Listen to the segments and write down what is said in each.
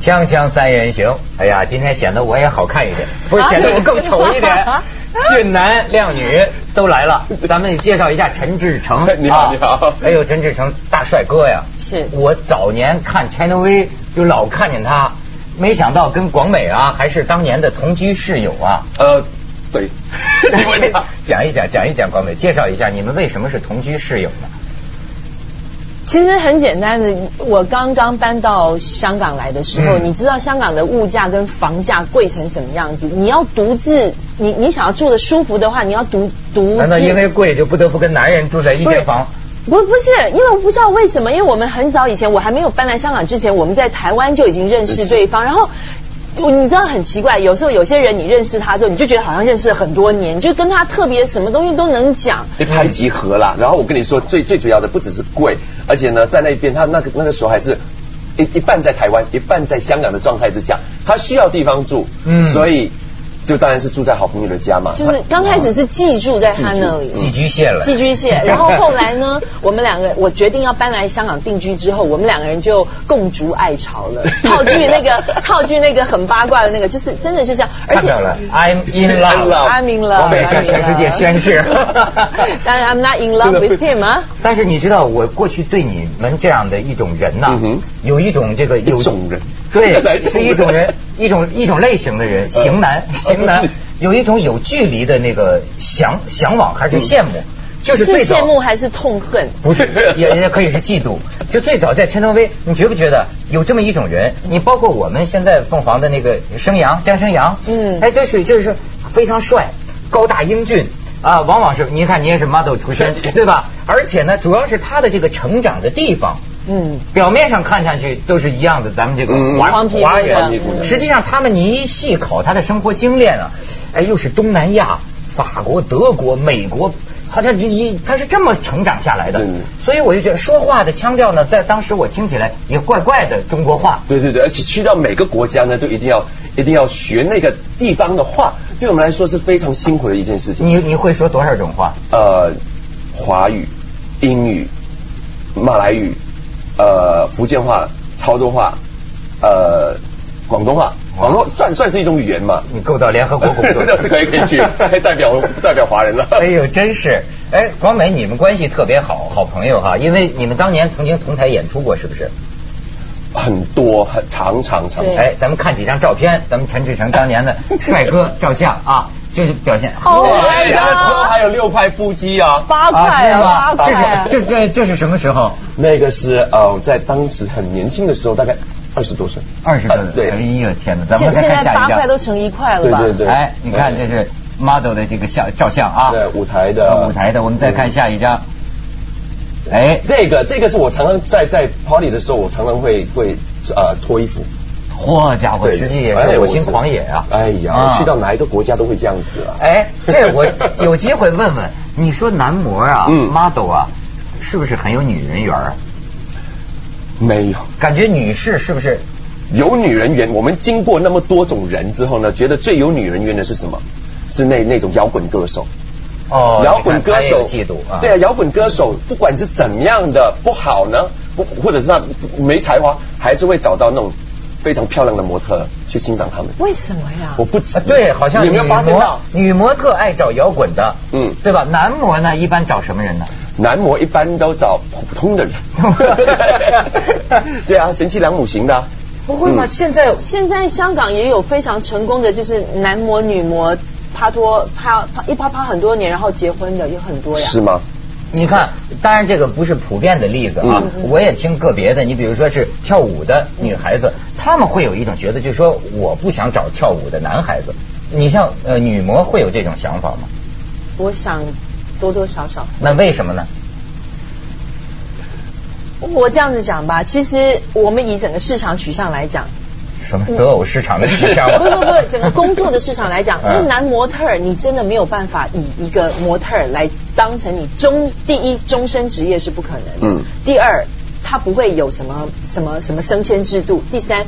锵锵三人行，哎呀，今天显得我也好看一点，不是显得我更丑一点。啊 俊男靓女都来了，咱们介绍一下陈志诚。 你好你好哎呦，陈志诚大帅哥呀！是我早年看 China V 就老看见他，没想到跟广美啊，还是当年的同居室友啊。呃，对， 你问 他。 讲一讲，讲一讲，广美，介绍一下你们为什么是同居室友呢？其实很简单的，我刚刚搬到香港来的时候，嗯你知道香港的物价跟房价贵成什么样子？你要独自，你你想要住的舒服的话，你要独独难道自因为贵就不得不跟男人住在一间房？不不是，因为我不知道为什么，因为我们很早以前，我还没有搬来香港之前，我们在台湾就已经认识对方，然后。我你知道很奇怪，有时候有些人你认识他之后，你就觉得好像认识了很多年，就跟他特别什么东西都能讲。一拍即合啦。然后我跟你说，最最主要的不只是贵，而且呢，在那边他那个那个时候还是一一半在台湾，一半在香港的状态之下，他需要地方住，嗯所以就当然是住在好朋友的家嘛。嗯就是刚开始是寄住在他那里，寄居蟹了。寄居 蟹。然后后来呢，我们两个我决定要搬来香港定居之后，我们两个人就共筑爱巢 了。套句那个套句那个很八卦的那个，就是真的就这样，而看且啊到了，I'm in I'm in love love。 I'm in love，我们也向 I'm in 全世界 love 宣誓 但 I'm not in love with him 啊。但是你知道，我过去对你们这样的一种人呐、嗯哼有一种这个有一种人哪对，一种是一种人，一种一种类型的嗯人，型男，型男是，有一种有距离的那个向向往嗯还是羡慕，就是是最早羡慕还是痛恨？不是，也也可以是嫉妒。就最早在陈腾飞，你觉不觉得有这么一种人？你包括我们现在凤凰的那个生阳江生阳，嗯哎，这是就是非常帅、高大英俊啊，往往是你看你也是 model 出身，对吧？而且呢，主要是他的这个成长的地方。嗯，表面上看上去都是一样的，咱们这个嗯华黄皮肤华的人，嗯实际上他们你一细考他的生活经历啊，哎，又是东南亚、法国、德国、美国，好像一一他是这么成长下来的嗯，所以我就觉得说话的腔调呢，在当时我听起来也怪怪的中国话。对对对，而且去到每个国家呢，就一定要一定要学那个地方的话，对我们来说是非常辛苦的一件事情。你你会说多少种话？呃，华语、英语、马来语、呃，福建话、潮州话、呃，广东话，广东话算算是一种语言 嘛？你够到联合国工作去， 可以可以去，还代表代表华人了。哎呦，真是！哎，广美，你们关系特别好，好朋友哈，因为你们当年曾经同台演出过，是不是？很多很长长长，对哎，咱们看几张照片，咱们陈志诚当年的帅哥照相啊，就是表现。 Oh 哎 my 那个时候 god！还有六块腹肌啊。八块啊，八这块啊是！这这这是什么时候？那个是呃，我在当时很年轻的时候，大概二十多岁。二十多呃岁。对哎呦天哪！咱们现再现看在下八一块张。都成一块了吧？对对对哎，你看这是 model 的这个相照相啊，对舞台的呃舞台的。我们再看下一张。哎，这个这个是我常常在在 party 的时候，我常常会会呃脱衣服。嚯家伙，对实际也哎是我我心是狂野啊！哎呀，啊去到哪一个国家都会这样子啊。哎，这我有机会问问，你说男模啊嗯，model 啊，是不是很有女人缘啊？没有，感觉女士是不是有女人缘。我们经过那么多种人之后呢，觉得最有女人缘的是什么？是那那种摇滚歌手。哦，摇滚歌手你看他也有嫉妒啊，对啊，摇滚歌手不管是怎样的不好呢，不或者是他没才华，还是会找到那种非常漂亮的模特去欣赏他们。为什么呀我？不知啊对，好像你有没有女发现模到，女模特爱找摇滚的，嗯对吧？男模呢，一般找什么人呢？。男模一般都找普通的人对啊，贤妻良母型的啊、不会吧？嗯现在现在香港也有非常成功的，就是男模、女模啪拖啪啪一啪啪很多年，然后结婚的有很多啊呀。是吗？你看，当然这个不是普遍的例子啊，嗯我也听个别的。你比如说是跳舞的女孩子，她们会有一种觉得，就是说我不想找跳舞的男孩子。你像呃女模会有这种想法吗？我想多多少少，那为什么呢？我这样子讲吧，其实我们以整个市场取向来 讲，什么择偶市场的取向？不不不，整 个工作的市场来 讲，嗯那男模特儿你真的没有办法以一个模特儿来当成你终第一终身职业是不可能的。嗯第二，他不会有什么什么什么升迁制度。第三，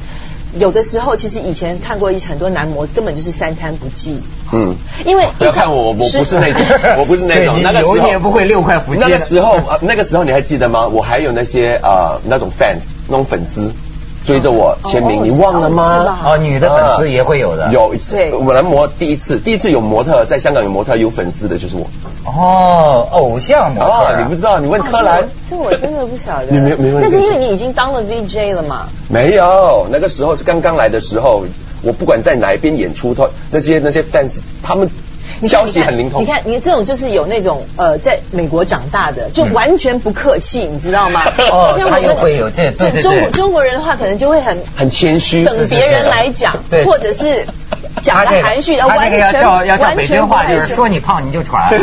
有的时候其实以前看过很多男模根本就是三餐不继。嗯。因为不要看我，我我不是 那种，我不是那对种。你那个时有你候也不会六块腹肌的那个时候，呃那个时候你还记得吗？我还有那些呃那种 fans，那种粉丝，追着我签名，哦你忘了哦是吗吧？哦，女的粉啊丝也会有的。有，对我来模第一次，第一次有模特，在香港有模特有粉丝的就是我。哦，偶像模特啊啊，你不知道，你问柯蓝哦， 这我这我真的不晓得。你没有没问那过是因为你已经当了 VJ 了嘛？没有，那个时候是刚刚来的时候，我不管在哪一边演出，他那些那些 fans 他们你看消息很灵通。你看，你看你这种就是有那种呃，在美国长大嗯的，就完全不客 气，你知道吗？哦像我他们也会有这对对对中国中国人的话，可能就会很很谦虚等别人来讲对，或者是讲的含蓄，然后他完这全个要照要照完北全京不话，害就是羞说你胖你就喘。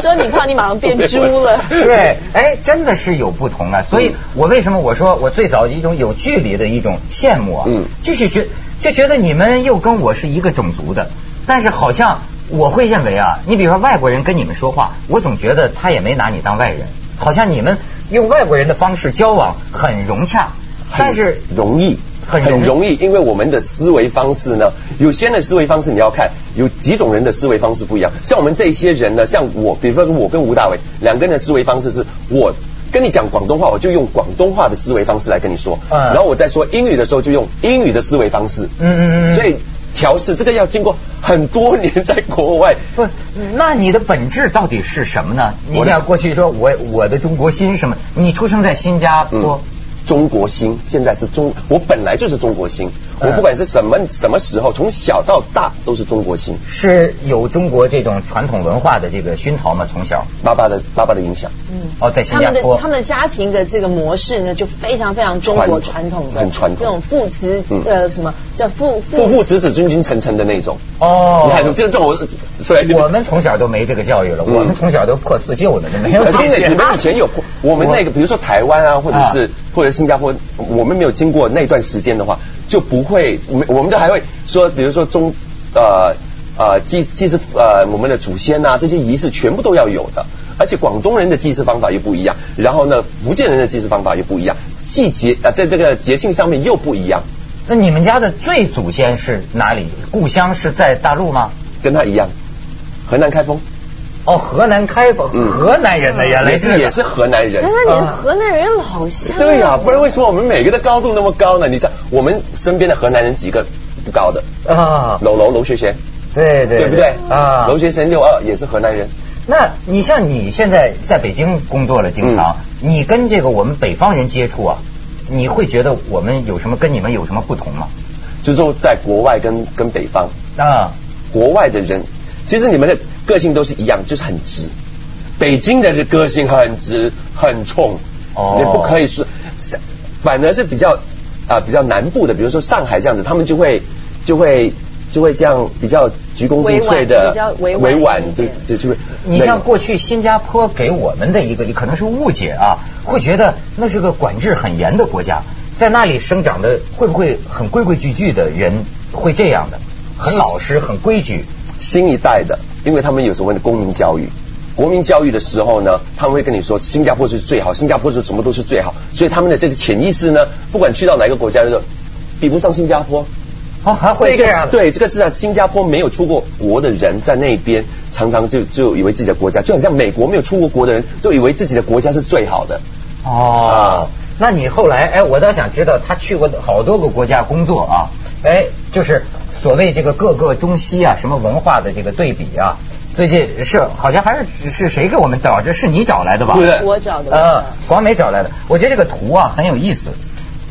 说你胖，你马上变猪了。对，哎，真的是有不同啊。所以我为什么我说我最早一种有距离的一种羡慕啊，嗯就是觉就觉得你们又跟我是一个种族的，但是好像我会认为啊，你比如说外国人跟你们说话，我总觉得他也没拿你当外人，好像你们用外国人的方式交往很融洽，很但是容易，很容易很容易，因为我们的思维方式呢，有些人的思维方式你要看，有几种人的思维方式不一样。像我们这一些人呢，像我，比方说我跟吴大伟两个人的思维方式是，我跟你讲广东话，我就用广东话的思维方式来跟你说，嗯然后我在说英语的时候就用英语的思维方式，嗯嗯嗯嗯所以调试这个要经过很多年在国外，不，那你的本质到底是什么呢？你我的像过去说我我的中国心什么，你出生在新加坡。嗯中国心，现在是中，我本来就是中国心，嗯我不管是什么什么时候，从小到大都是中国心，是有中国这种传统文化的这个熏陶吗？从小爸爸的爸爸的影响，哦，在新他加们的坡他，们的家庭的这个模式呢，就非常非常中国传传统的，很传统这种父慈、嗯呃什么叫父父父子子君君臣臣的那种。你看，哦，这这我虽然我们从小都没这个教育了，嗯我们从小都破四旧的，就没有而这且些你。们以前有过，我们那个比如说台湾啊，或者是、或者新加坡，我们没有经过那段时间的话，就不会，我们我们都还会说，比如说中呃呃祭祭祀呃我们的祖先呐、这些仪式全部都要有的，而且广东人的祭祀方法又不一样，然后呢福建人的祭祀方法又不一样，季节啊、呃在这个节庆上面又不一样，那你们家的最祖先是哪里？故乡是在大陆吗？跟他一样，河南开封，哦，河南开封，嗯河南人呢，原来也是也是。是河南人原。来你是河南人老乡、对呀、不然为什么我们每个的高度那么高呢？你讲我们身边的河南人几个不高的？啊，楼楼楼学贤，对对对不对？啊，楼学贤六二也是河南人，那你像你现在在北京工作了，经常、你跟这个我们北方人接触啊，你会觉得我们有什么跟你们有什么不同吗？就是说在国外跟跟北方，啊，国外的人其实你们的个性都是一样，就是很直。北京的个性很直很冲，哦也不可以说，反而是比较啊、比较南部的，比如说上海这样子，他们就会就会就会这样比较鞠躬尽瘁的委婉比较委婉一对点对就会。你像过去新加坡给我们的一个可能是误解啊，会觉得那是个管制很严的国家，在那里生长的会不会很规规矩矩的人会这样的，很老实很规矩。新一代的，因为他们有所谓的公民教育。国民教育的时候呢，他们会跟你说新加坡是最好，新加坡是什么都是最好，所以他们的这个潜意识呢，不管去到哪一个国家，就是比不上新加坡。哦，还会这样个对这个是在新加坡没有出过国的人在那边，常常就就以为自己的国家，就很像美国没有出过国的人都以为自己的国家是最好的。哦，那你后来哎，我倒想知道他去过好多个国家工作啊，哎，就是所谓这个各个中西啊，什么文化的这个对比啊，最近是好像还是是谁给我们找这是你找来的吧？对对我找的。呃，广美找来的。我觉得这个图啊很有意思，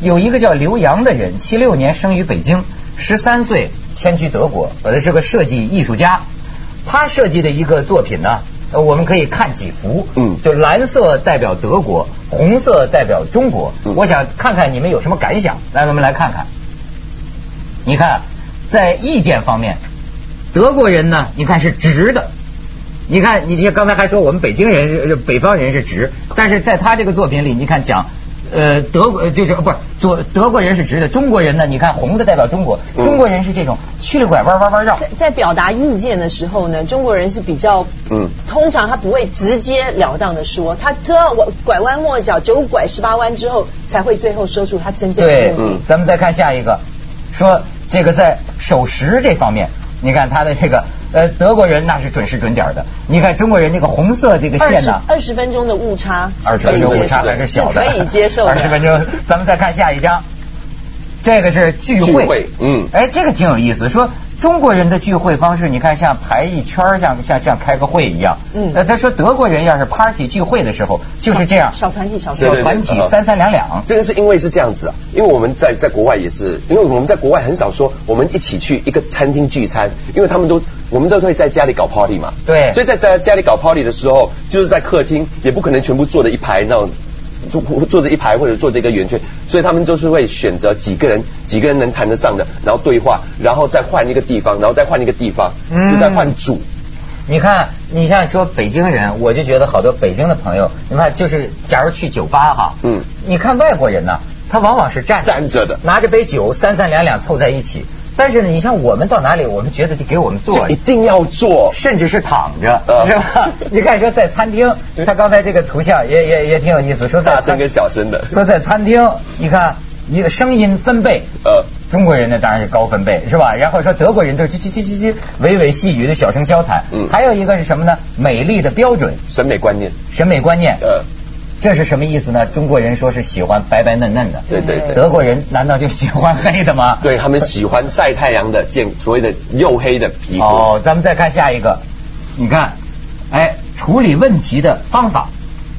有一个叫刘洋的人，七六年生于北京，十三岁迁居德国，呃，是个设计艺术家。他设计的一个作品呢，呃我们可以看几幅，嗯就蓝色代表德国，红色代表中国。嗯我想看看你们有什么感想，来，我们来看看。你看，在意见方面，德国人呢，你看是直的。你看，你这刚才还说我们北京人是北方人是直，但是在他这个作品里，你看讲，呃，德国就是不是左德国人是直的，中国人呢，你看红的代表中国，嗯中国人是这种曲里拐弯弯弯绕。在在表达意见的时候呢，中国人是比较，嗯嗯，通常他不会直截了当的说，他都要我拐弯抹角，九拐十八弯之后，才会最后说出他真正的对目的。，嗯咱们再看下一个，说这个在守时这方面，你看他的这个呃德国人那是准时准点儿的，你看中国人那个红色这个二线十呢。二十分钟的误差，二十分钟误差还是小的，是可以接受的。二十分钟，咱们再看下一张，这个是聚会，聚会嗯哎，这个挺有意思。说中国人的聚会方式，你看像排一圈儿，像像像开个会一样。嗯呃，他说德国人要是 party 聚会的时候就是这样，小团体小团体小团体对对对三三两两。这个是因为是这样子啊，因为我们在在国外也是，因为我们在国外很少说我们一起去一个餐厅聚餐，因为他们都我们都会在家里搞 party 嘛，对所以在在家里搞 party 的时候，就是在客厅也不可能全部坐着一排那种。坐坐着一排或者坐着一个圆圈，所以他们就是会选择几个人，几个人能谈得上的，然后对话，然后再换一个地方，然后再换一个地方，嗯就再换组。你看，你像说北京人，我就觉得好多北京的朋友，你看就是，假如去酒吧哈，嗯你看外国人呢，他往往是站站着的拿着杯酒，三三两两凑在一起。但是呢，你像我们到哪里，我们觉得就给我们坐这一定要做，甚至是躺着，啊是 吧？你看说在餐厅，他刚才这个图像也也也挺有意思，说在大声餐跟小声的，说在餐厅，你看你的声音分贝。呃，中国人呢，当然是高分贝，是吧？然后说德国人都是叽叽叽叽叽微微细语的小声交谈。嗯还有一个是什么呢？美丽的标准、审美观念，审美观念，呃，这是什么意思呢？中国人说是喜欢白白嫩嫩的，对对对。德国人难道就喜欢黑的吗？对他们喜欢晒太阳的见所谓的黝黑的皮肤。哦，咱们再看下一个，你看，哎，处理问题的方法，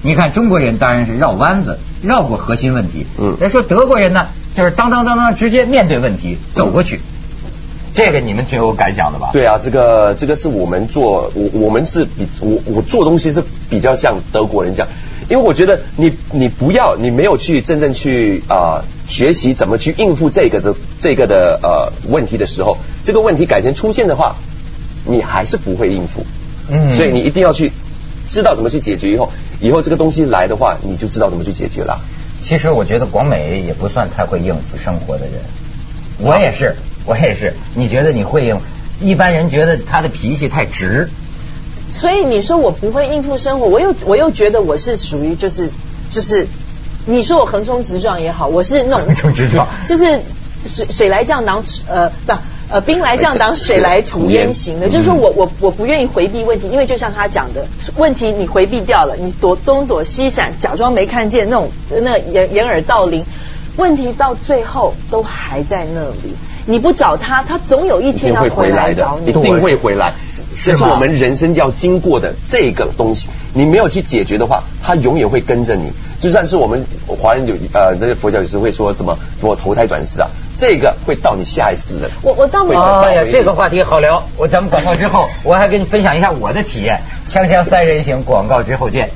你看中国人当然是绕弯子，绕过核心问题。嗯人说德国人呢，就是当当当当直接面对问嗯题走过去，这个你们挺有感想的吧？对啊，这个这个是我们做我我们是比我我做东西是比较像德国人这样，因为我觉得你你不要你没有去真正去啊、呃学习怎么去应付这个的这个的呃问题的时候，这个问题改天出现的话，你还是不会应付，嗯所以你一定要去知道怎么去解决以后，以后这个东西来的话，你就知道怎么去解决了。其实我觉得广美也不算太会应付生活的人，啊我也是，我也是。你觉得你会应付？一般人觉得他的脾气太直， 所以你说我不会应付生活，我又我又觉得我是属于就是就是，你说我横冲直撞也好，我是那 种冲直撞就是水水来降挡呃不呃兵来将挡水来土掩型的，就是说我我我不愿意回避问题，因为就像他讲的，问题你回避掉了，你躲东躲西闪，假装没看见那种那掩掩耳盗铃，问题到最后都还在那里。你不找他，他总有一一天定要会回回来来的找，一你。定会回来。是这是吗我们人生要经过的这个东西，你没有去解决的话，它永远会跟着你。就算是我们华人有呃，那个佛教有时会说什么什么投胎转世啊，这个会到你下一世的。我我到会美再找哎回呀，你，这个话题好聊。我咱们广告之后，我还跟你分享一下我的体验。锵锵三人行，广告之后见。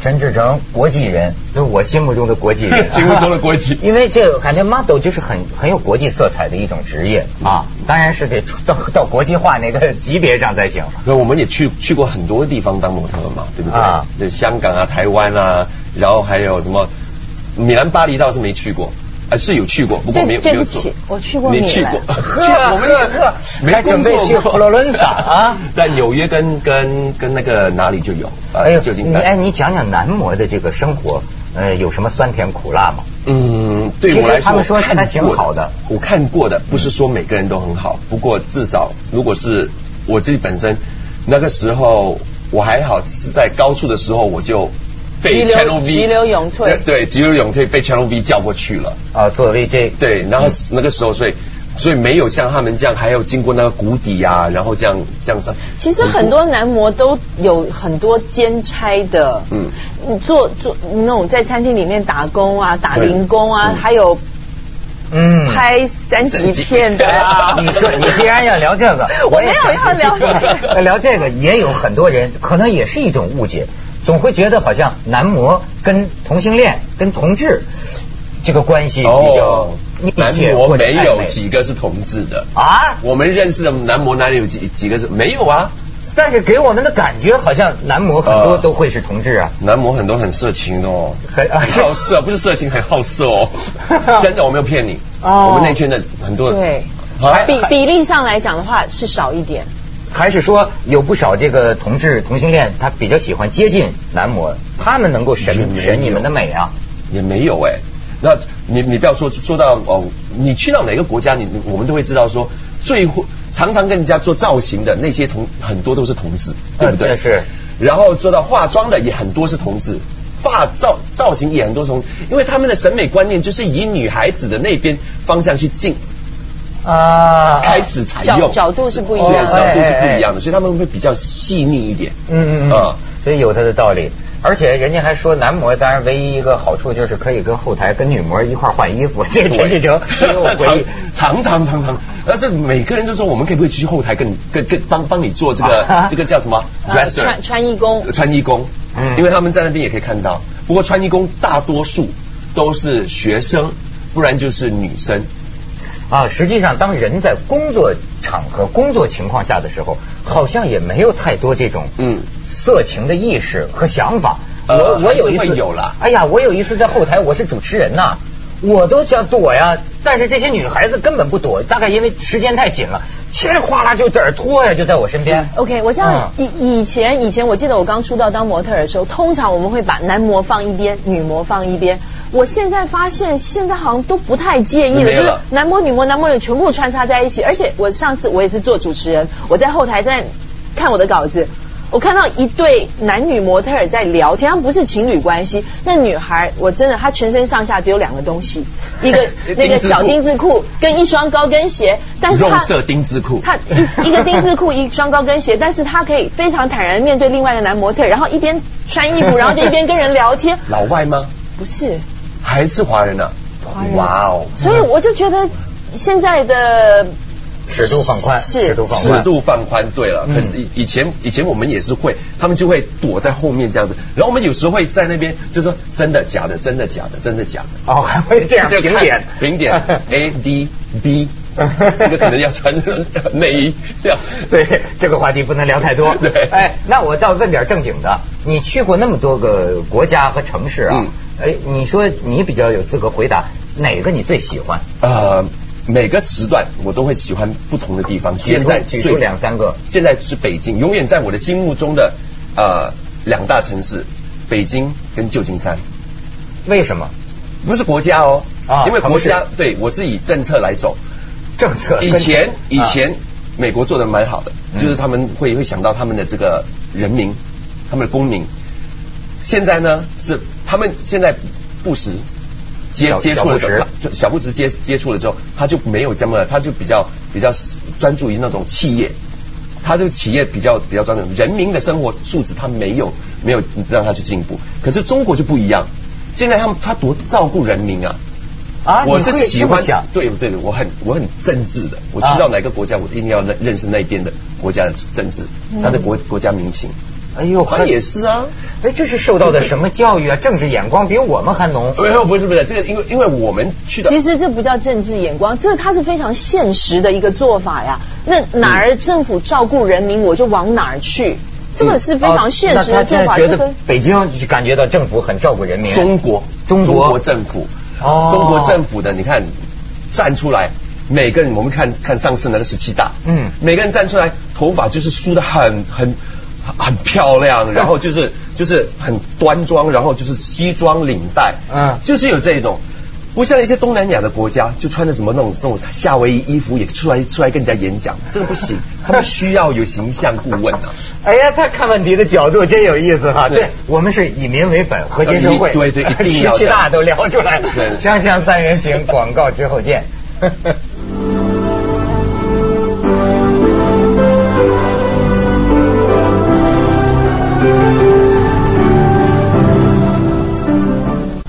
陈志诚，国际人，就是我心目中的国际人 心目中的国际 因为这个感觉 model 就是很很有国际色彩的一种职业啊，当然是得出到到国际化那个级别上才行。那我们也去去过很多地方当模特儿嘛，对不对？啊对，香港啊、台湾啊，然后还有什么米兰、巴黎倒是没去过，啊是有去过，不过没有对对不没有起做。我去过你米去兰 过， 呵去我们呵也还没准工备作去过佛罗伦萨 啊在纽约跟跟跟那个哪里就有，哎呃，呦，旧金你哎，山。你讲讲男模的这个生活，呃，有什么酸甜苦辣吗？嗯，对其我实来他说，们说我看还挺过好的。我看过的，不是说每个人都很好，不过至少如果是我自己本身，那个时候我还好，只是在高处的时候我就急被流 Channel V 急流勇退对对，急流勇退被 Channel V 叫过去了。啊，作为这对，然后那个时候，所以所以没有像他们这样，还有经过那个谷底啊，然后这样这样上。其实很多男模都有很多兼差的，嗯嗯，你做做那种在餐厅里面打工啊，打对零工啊，嗯还有嗯， 拍三级片的三啊级。你说你既然要聊这 个，我也没有想起要聊这 个聊这个也有很多人可能也是一种误解，总会觉得好像男模跟同性恋、跟同志这个关系比较密哦男切模或者没暧有昧几个是同志的，啊，我们认识的男模哪里有几几个是没有啊？但是给我们的感觉好像男模很多呃都会是同志啊。男模很多很色情的哦，很 啊。好色，不是色情，很好 色哦真的，我没有骗你。哦我们内圈的很多人对还比比例上来讲的话是少一点，还是说有不少这个同志同性恋，他比较喜欢接近男模，他们能够是审没有审你们的美啊？也没有哎、那你你不要说说到哦，你去到哪个国家，你你我们都会知道说最会常常跟人家做造型的那些同很多都是同嗯志，对不对？呃对是。然后做到化妆的也很多是同志，发造造型也很多是同，因为他们的审美观念就是以女孩子的那边方向去进，啊，开始采角用角度是不一对，样哦哎的。角度是不一样的，所以他们会比较细腻一点。嗯嗯嗯啊，所以有它的道理。而且人家还说男模，当然唯一一个好处就是可以跟后台跟女模一块儿换衣 服，这陈志成哎也有回 忆。常常常常，那呃这每个人就说我们可不可以去后台跟你跟跟帮帮你做这啊个这个叫什么啊 dresser 穿穿衣工穿衣工嗯，因为他们在那边也可以看到。不过穿衣工大多数都是学生，不然就是女生。啊，实际上，当人在工作场合、工作情况下的时候，好像也没有太多这种嗯色情的意识和想法。呃我我还是有一次会有啦哎呀，我有一次在后台，我是主持人呐、我都想躲呀，但是这些女孩子根本不躲，大概因为时间太紧了，嘁哩哗啦就在这儿拖呀，就在我身边。 OK，我知道嗯以以前以前我记得我刚出道当模特儿的时候，通常我们会把男模放一边，女模放一边。我现在发现现在好像都不太介意了，没有就是了男模女模男模女全部穿插在一起。而且我上次我也是做主持人，我在后台在看我的稿子。我看到一对男女模特儿在聊天，他们不是情侣关系。那女孩，我真的，她全身上下只有两个东西，一 个那个丁字裤小丁字裤跟一双高跟鞋，但是肉她色丁字裤，他一一个丁字裤，一双高跟鞋，但是他可以非常坦然地面对另外一个男模特，然后一边穿衣服，然后就一边跟人聊天。老外吗？不是还是华人呢、啊华人，哇哦！所以我就觉得现在的尺度放宽，是尺度放尺宽。度放宽，对了。嗯可是以以前以前我们也是会，他们就会躲在后面这样子，然后我们有时候会在那边就说真的假的，真的假的，真的假的。哦，还会这样这个评看点，评点 A D B，这个可能要穿内衣，这样 对，这个话题不能聊太多。 对哎，那我倒问点正经的，你去过那么多个国家和城市啊嗯，哎，你说你比较有资格回答哪个你最喜欢？呃，每个时段我都会喜欢不同的地方。举出现在举最出两三个现在是北京，永远在我的心目中的呃两大城市，北京跟旧金山。为什么？不是国家哦，啊因为国城家对我是以政策来走。政策以跟前以啊前、美国做的蛮好的，嗯就是他们会会想到他们的这个人民，他们的公民。现在呢是他们现在布什接小接触了之小后布，就小布什接接触了之后，他就没有这么，他就比较比较专注于那种企业。他这个企业比较比较专注，人民的生活素质他没有没有让他去进步。可是中国就不一样，现在他们他多照顾人民啊，啊，我是你会喜这欢么想，对对对，我很我很政治的，我知啊道哪个国家，我一定要认认识那边的国家的政治，嗯他的国国家民情，哎呦，他也是啊。哎，这是受到的什么教育啊？政治眼光比我们还浓。没哎有，不是不是，这个因为因为我们去的其实这不叫政治眼光，这它是非常现实的一个做法呀。那哪儿政府照顾人民，我就往哪儿去，这个是非常现实啊的那他做真的法。觉这得个北京就感觉到政府很照顾人民。中国中国政府，哦中国政府的你看站出来，每个人我们看看上次那个十七大，嗯每个人站出来头发就是梳的很很。很漂亮，然后就是就是很端庄，然后就是西装领带，嗯就是有这一种，不像一些东南亚的国家，就穿的什么那种那种夏威夷衣服也出来出来跟人家演讲，这个不行，他们需要有形象顾问啊。哎呀，他看问题的角度真有意思哈。对对，我们是以民为本，和谐社会。以 对对一定要十七这样大都聊出来了对。对，锵锵三人行，广告之后见。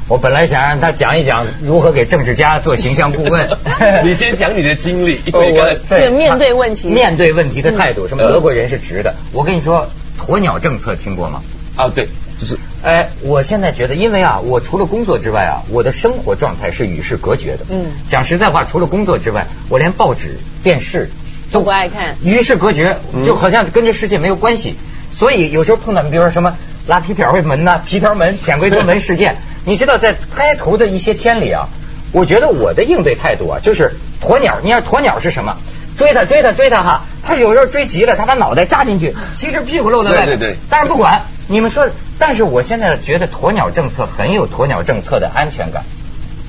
我本来想让他讲一讲如何给政治家做形象顾问 你先讲你的经历，因我为刚才我对这个面对问题嗯面对问题的态度，什么德国人是直的。我跟你说，鸵鸟政策听过吗？啊对，就是哎，我现在觉得，因为啊，我除了工作之外啊，我的生活状态是与世隔绝的。嗯讲实在话，除了工作之外，我连报纸、电视都不爱看与世隔绝，嗯就好像跟这世界没有关系。所以有时候碰到，比如说什么拉皮条门 呐、皮条门、潜规则门事件，你知道，在开头的一些天里啊，我觉得我的应对态度啊，就是鸵鸟。你看鸵鸟是什么？追它，追它，追它哈！它有时候追急了，它把脑袋扎进去，其实屁股露在外面。对对对但是不管你们说，但是我现在觉得鸵鸟政策很有鸵鸟政策的安全感，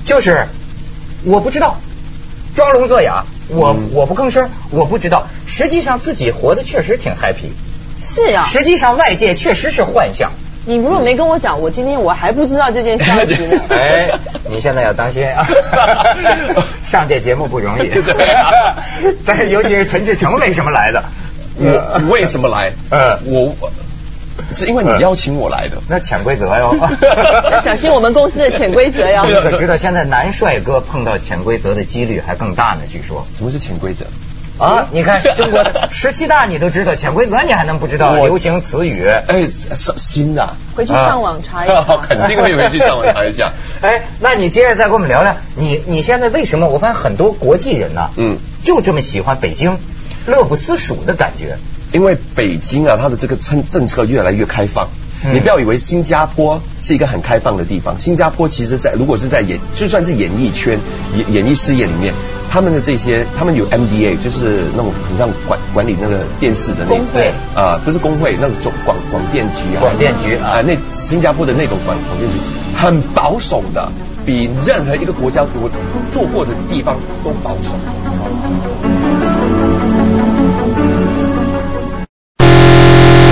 就是我不知道，装聋作哑，我、我不吭声，我不知道。实际上自己活得确实挺 happy，是啊，实际上外界确实是幻象。。你如果没跟我讲，我今天我还不知道这件消息呢哎，你现在要当心 啊！上这节目不容易，对啊但是尤其是陈志成为什么 来的？我嗯你为什么来？呃我我是因为你邀请我来的。那潜规则哟。 要小心我们公司的潜规则哟对。你可知道现在男帅哥碰到潜规则的几率还更大呢？据说什么是潜规则？啊，你看中国 的十七大你都知道潜规则，你还能不知道我流行词语？哎，是新的啊，回去上网查 一啊查。肯定会回去上网查一下。哎，那你接着再跟我们聊聊，你你现在为什么？我发现很多国际人呐、嗯就这么喜欢北京，乐不思蜀的感觉。因为北京啊，它的这个政政策越来越开放。嗯你不要以为新加坡是一个很开放的地方，新加坡其实在如果是在演，就算是演艺圈、演演艺事业里面，他们的这些，他们有 MDA，就是那种很像管管理那个电视的那工会啊、不是工会，那种广广电局啊，广电局啊啊、那新加坡的那种广广电局很保守的，比任何一个国家我住过的地方都保守。